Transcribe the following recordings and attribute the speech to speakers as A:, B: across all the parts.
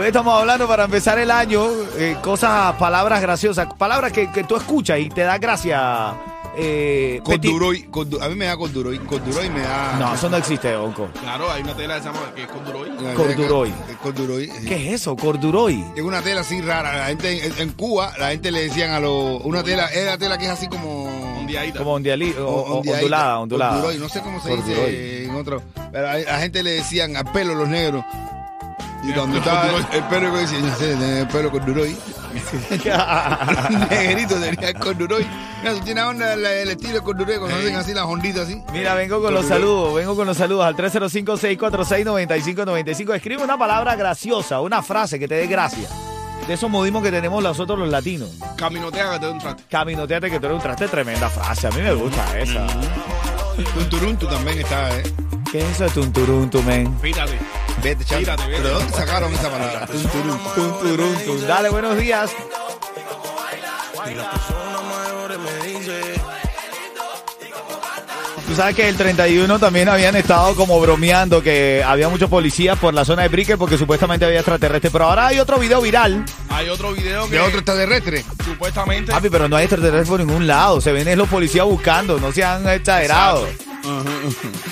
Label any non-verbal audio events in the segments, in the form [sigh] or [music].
A: Hoy estamos hablando para empezar el año, eh, cosas, palabras graciosas, palabras que, que tú escuchas y te da gracia. Eh, Petit.
B: Corduroy, cordu- a mí me da corduroy, corduroy me da...
A: No, eso no existe, Onco.
C: Claro, hay una tela de esa madre que es corduroy.
B: me da-
A: corduroy.
B: el Corduroy. sí.
A: ¿Qué es eso? Corduroy.
B: Es una tela así rara. La gente en, en Cuba, la gente le decían a los... Una tela, es la tela que es así como...
C: Un día ahí.
A: Como ondiali- o-
B: o-
A: o-
B: ondeadita.
A: ondulada, ondulada.
B: Corduroy, no sé cómo se
A: Corduroy.
B: dice en otro... Pero a la gente le decían al pelo los negros. Y
C: El
B: cuando
C: pelo
B: estaba
C: corduroy.
B: el pelo, que decían, no sé, tenés el pelo corduroy. [laughs]
A: [laughs]
B: Negrito tenía el corduroy. Mira, tú tienes onda el, el estilo corduroy cuando hacen así las onditas así.
A: Mira, vengo con los saludos, vengo con los saludos al 305-646-9595. Escribe una palabra graciosa, una frase que te dé gracia. De esos modismos que tenemos nosotros los latinos.
C: Caminotea que te da un trato.
A: Caminoteate que tú eres un traste, tremenda frase. A mí me gusta esa.
B: Tunturuntu también está, ¿eh?
A: ¿Qué es eso de tunturuntu, men?
C: Fíjate.
B: Vete, chaval.
C: Tírate, vete.
B: ¿Pero de dónde sacaron esa palabra? Tunturuntu.
A: Tunturuntu. Dale, buenos días. Tú sabes que el 31 también habían estado como bromeando que había muchos policías por la zona de Bricker porque supuestamente había extraterrestres. Pero ahora hay otro video viral.
C: Hay otro video que
B: ¿De otro extraterrestre?
C: supuestamente
A: Papi, pero no hay extraterrestres por ningún lado. Se ven es los policías buscando, no se han exagerado.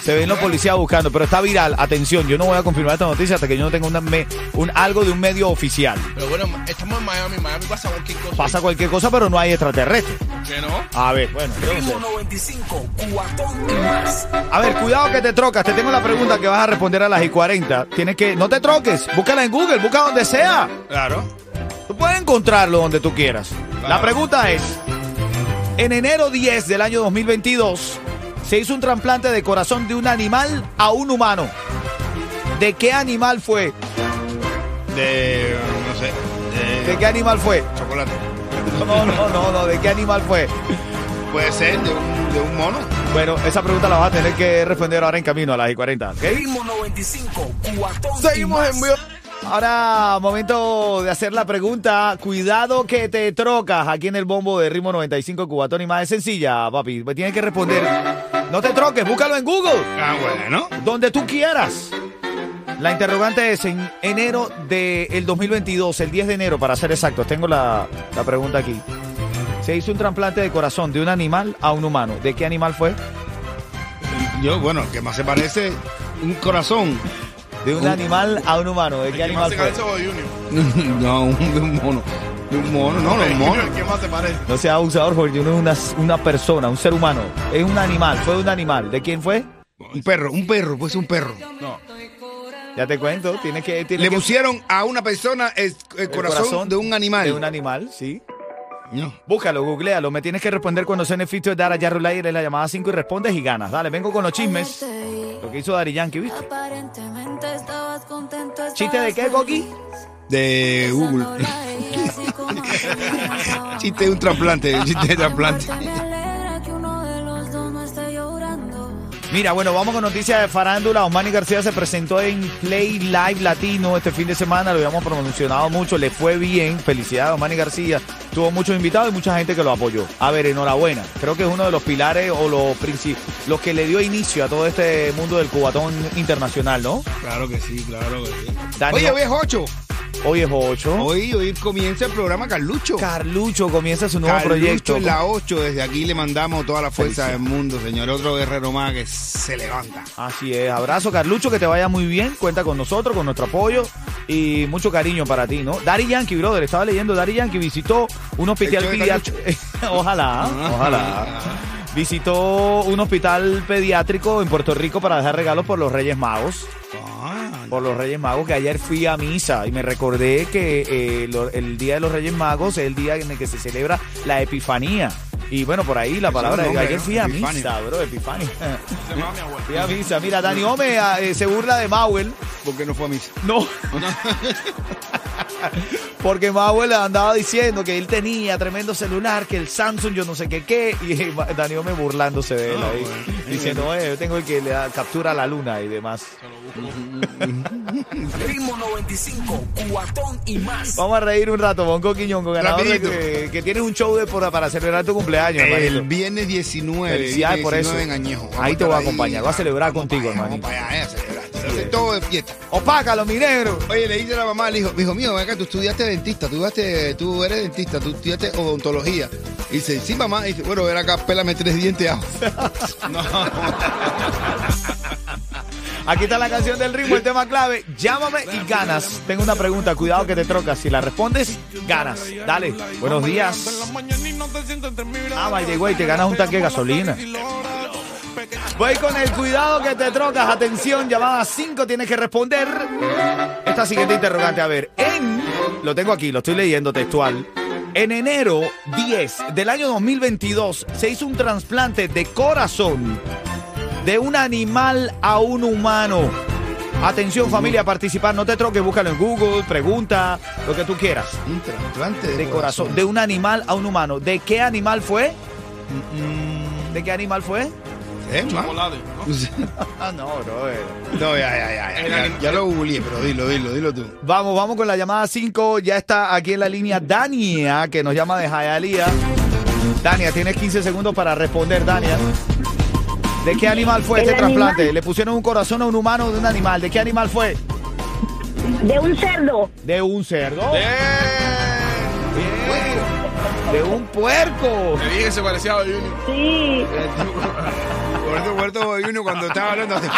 A: Se ven los policías buscando, pero está viral. Atención, yo no voy a confirmar esta noticia hasta que yo no tenga una me- un, algo de un medio oficial.
C: Pero bueno, estamos en Miami, Miami pasa cualquier cosa.
A: Pasa cualquier cosa, pero no hay extraterrestres.
C: que no.
A: A ver, bueno, yo no sé.
D: 95, cuatón y más.
A: A ver, cuidado que te trocas. Te tengo la pregunta que vas a responder a las y 40. Tienes que. No te troques. Búscala en Google, busca donde sea.
C: Claro.
A: Tú puedes encontrarlo donde tú quieras. La pregunta es: En enero 10 del año 2022, se hizo un trasplante de corazón de un animal a un humano. ¿De qué animal fue?
B: De. no sé.
A: ¿De qué animal fue?
B: chocolate.
A: No, no, no, no, ¿de qué animal fue?
B: Puede ser de un, de un mono.
A: Bueno, esa pregunta la vas a tener que responder ahora en camino a las y 40. ¿ok?
D: Ritmo 95, cuatón y
A: Seguimos
D: más.
A: en vivo. Ahora, momento de hacer la pregunta. Cuidado que te trocas aquí en el bombo de Ritmo 95 Cubatón y más. Es sencilla, papi. Me Tienes que responder. No te troques, búscalo en Google,
B: Ah, bueno.
A: donde tú quieras. La interrogante es en enero del 2022, el 10 de enero, para ser exactos. Tengo la, la pregunta aquí. Se hizo un trasplante de corazón de un animal a un humano. ¿De qué animal fue?
B: Yo, bueno, que más se parece un corazón.
A: De un animal a un humano. ¿De qué
C: ¿Quién más
A: animal
C: se
A: fue?
C: parece a Junior?
B: [laughs] no, un- de un mono. De un mono, no, de un mono.
C: Junior, ¿Quién más se parece?
A: No sea abusador, porque uno es una, una persona, un ser humano. Es un animal, fue un animal. ¿De quién fue?
B: Un perro, un perro, pues un perro.
A: Ya te cuento, tienes que... tienes
B: Le
A: que-
B: pusieron a una persona el, el
A: el
B: corazón, de un animal.
A: De un animal, sí.
B: No.
A: Búscalo, googlealo. Me tienes que responder cuando suene Fito de Dara Yarulay. Eres la llamada 5 y respondes y ganas. Dale, vengo con los chismes. Lo que hizo Dari Yankee, ¿viste?
E: Aparentemente estabas contento.
A: ¿Chiste de qué, Goki?
B: De Google. [laughs] chiste de un trasplante, [laughs] chiste de trasplante.
A: Mira, bueno, vamos con noticias de farándula. Osmani García se presentó en Play Live Latino este fin de semana, lo habíamos promocionado mucho, le fue bien. Felicidades a Osmani García. Tuvo muchos invitados y mucha gente que lo apoyó. A ver, enhorabuena. Creo que es uno de los pilares o los princip- los que le dio inicio a todo este mundo del cubatón internacional, ¿no?
B: Claro que sí, claro que sí.
A: Dani, ¿Mm?
B: Oye, hoy es 8.
A: hoy es 8.
B: Hoy, hoy comienza el programa Carlucho.
A: Carlucho comienza su nuevo
B: Carlucho
A: proyecto.
B: en la 8, desde aquí le mandamos toda la fuerza del mundo, señor. Otro guerrero más que se levanta.
A: Así es, abrazo Carlucho, que te vaya muy bien, cuenta con nosotros, con nuestro apoyo y mucho cariño para ti, ¿no? Daddy Yankee, brother, estaba leyendo, Daddy Yankee visitó un hospital
B: show de
A: pediátrico, [laughs] ojalá,
B: Ah.
A: ojalá, visitó un hospital pediátrico en Puerto Rico para dejar regalos por los Reyes Magos.
B: Ah,
A: Por los Reyes Magos, que ayer fui a misa y me recordé que eh, lo- el Día de los Reyes Magos es el día en el que se celebra la Epifanía. Y bueno, por ahí la
B: Eso
A: palabra.
B: es un nombre,
A: ayer
B: ¿no?
A: fui a
B: Epifanía.
A: misa, bro, Epifanía.
C: Se llamaba mi abuela.
A: fui a misa. Mira, Dani Ome eh, se burla de Mauel.
B: ¿Por qué no fue a misa?
A: No. [laughs] Porque Mauel andaba diciendo que él tenía tremendo celular, que el Samsung yo no sé qué qué, y [laughs] eh, Dani Ome burlándose de él ahí, diciendo, eh, yo tengo el que le da- captura la luna y demás.
F: Ritmo 95, cuatón y más.
A: Vamos a reír un rato, Bonco Quiñongo, ganador de
B: Rapidito.
A: que, que tienes un show de por, para celebrar tu cumpleaños,
B: El
A: hermanito.
B: viernes 19.
A: Felicidades por eso.
B: 19 en Añejo. Vamos
A: Ahí te voy a
B: estar
A: acompañar, voy a celebrar
B: Vamos
A: contigo,
B: para allá,
A: hermanito.
B: Vamos para allá, eh, a celebrar. Se hace todo de fiesta.
A: ¡Opácalo, mi negro!
B: Oye, le dice a la mamá al hijo, hijo mío, ven acá, tú estudiaste dentista, tú, estudiaste- tú eres dentista, tú estudiaste odontología. Y dice, sí, mamá. Y dice, bueno, ven acá, pélame tres dientes. ajo.
A: Aquí está la canción del ritmo, el tema clave. Llámame y ganas. Tengo una pregunta, cuidado que te trocas. Si la respondes, ganas. Dale, buenos días. Ah, by the way, te ganas un tanque de gasolina. Voy con el cuidado que te trocas. Atención, llamada 5, tienes que responder. Esta siguiente interrogante, a ver, en... Lo tengo aquí, lo estoy leyendo textual. En enero 10 del año 2022 se hizo un trasplante de corazón de un animal a un humano. Atención familia, a participar, no te troques, búscalo en Google, pregunta, lo que tú quieras.
B: Un trasplante de,
A: De corazón, de un animal a un humano. ¿De qué animal fue? Mm, ¿De qué animal fue?
B: ¿Eh, ma?
C: Chocolate, ¿no?
A: Ah, no, brother.
B: No, ya, ya, ya, ya. Ya, ya lo googleé, pero dilo, dilo, dilo tú.
A: Vamos, vamos con la llamada 5. Ya está aquí en la línea Dania, que nos llama de Jayalía. Dania, tienes 15 segundos para responder, Dania. ¿De qué animal fue
G: El
A: este trasplante?
G: animal.
A: Le pusieron un corazón a un humano o de un animal. ¿De qué animal fue?
G: De un cerdo.
A: De un cerdo. Bien. De un puerco.
C: Te dije que se parecía a Junior.
G: Sí.
B: Por eso Puerto Junior cuando estaba hablando hace...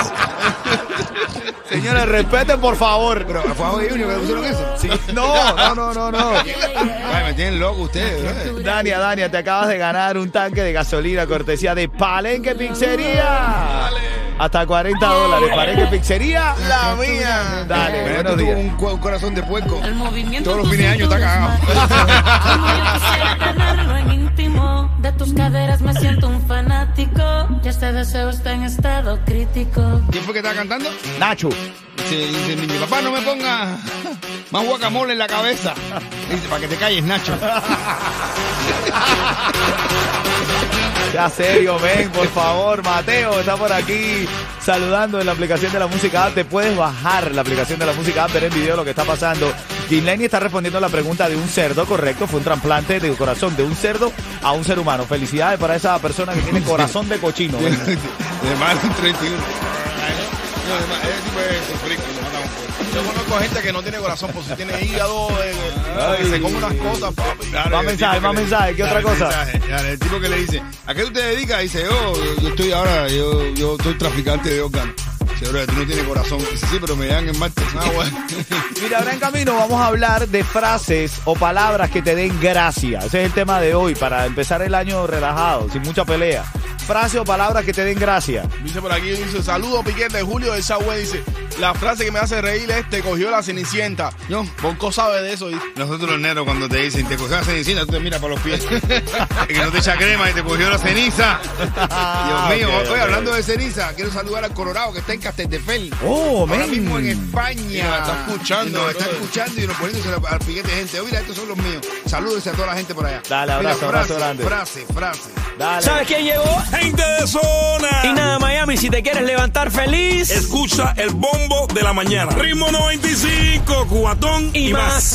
A: Señores, respeten, por favor.
B: Pero fue a Junior que le pusieron eso.
A: Sí. No, no, no, no, no.
B: Ay, me tienen loco ustedes. ¿eh?
A: Dania, Dania, te acabas de ganar un tanque de gasolina cortesía de Palenque Pizzería. Hasta 40 dólares. Palenque Pizzería, la mía. Dale,
B: Pero
A: buenos
B: tú
A: días.
B: Un, cu- un corazón de puerco.
E: El movimiento
B: Todos los
E: de tus
B: fines de año está
E: cinturas
B: cagado.
E: más. Como yo quisiera tenerlo en íntimo. De tus caderas me siento un fanático. Ya este deseo está en estado crítico.
B: ¿Quién fue que estaba cantando?
A: Nacho,
B: Dice, dice, mi papá no me ponga más guacamole en la cabeza. Dice, para que te
A: [laughs]
B: calles, Nacho. [laughs]
A: ya serio, ven, por favor. Mateo está por aquí saludando en la aplicación de la música app. Te puedes bajar la aplicación de la música app, ver en video lo que está pasando. Gileni está respondiendo la pregunta de un cerdo, correcto. Fue un trasplante de corazón de un cerdo a un ser humano. Felicidades para esa persona que tiene corazón de cochino. ¿eh? ven.
B: De mal un 31.
C: No, es más, ese tipo es sufrir, que lo matamos por- Yo conozco gente que no tiene corazón, pues si tiene hígado, eh, que se come unas cosas, papi.
B: Dale,
A: Más
B: el
A: mensaje,
B: tipo
A: más
B: que le-
A: mensaje, ¿qué
B: dale,
A: otra cosa?
B: mensaje, dale, el tipo que le dice, ¿a qué tú te dedicas? Dice, oh, yo, yo estoy ahora, yo, yo soy traficante de órganos. Dice, bro, tú no tienes corazón. Dice, sí, pero me dan en martes. Ah, bueno. [laughs]
A: Mira, ahora en camino vamos a hablar de frases o palabras que te den gracia. Ese es el tema de hoy, para empezar el año relajado, sin mucha pelea. Frases o palabras que te den gracia. [laughs]
C: Dice por aquí, dice, saludo Piquete, Julio del Sagüe, dice, la frase que me hace reír es, te cogió la cenicienta. No, Bonco sabe de eso, dice.
B: Nosotros los negros cuando te dicen, te cogió la cenicienta, tú te miras para los pies. [laughs] Es que no te echa crema y te cogió la ceniza. Dios mío,
A: Ah, ok,
B: oye,
A: ok.
B: hablando de ceniza, quiero saludar al Colorado que está en Castelldefels.
A: Oh,
B: Ahora
A: men.
B: mismo en España.
C: Y nos está escuchando,
B: Y nos está
C: brother.
B: escuchando y nos poniéndose al- al piquete de gente. Oye, mira, estos son los míos. Saludos a toda la gente por allá.
A: Dale,
B: Mira,
A: abrazo, abrazo
B: frase,
A: grande.
B: Frase, frase.
A: Dale.
H: ¿Sabes quién llegó?
F: Gente de zona.
H: Y nada, Miami, si te quieres levantar feliz
F: Escucha el bombo de la mañana. Ritmo 95, cuatón
H: y más.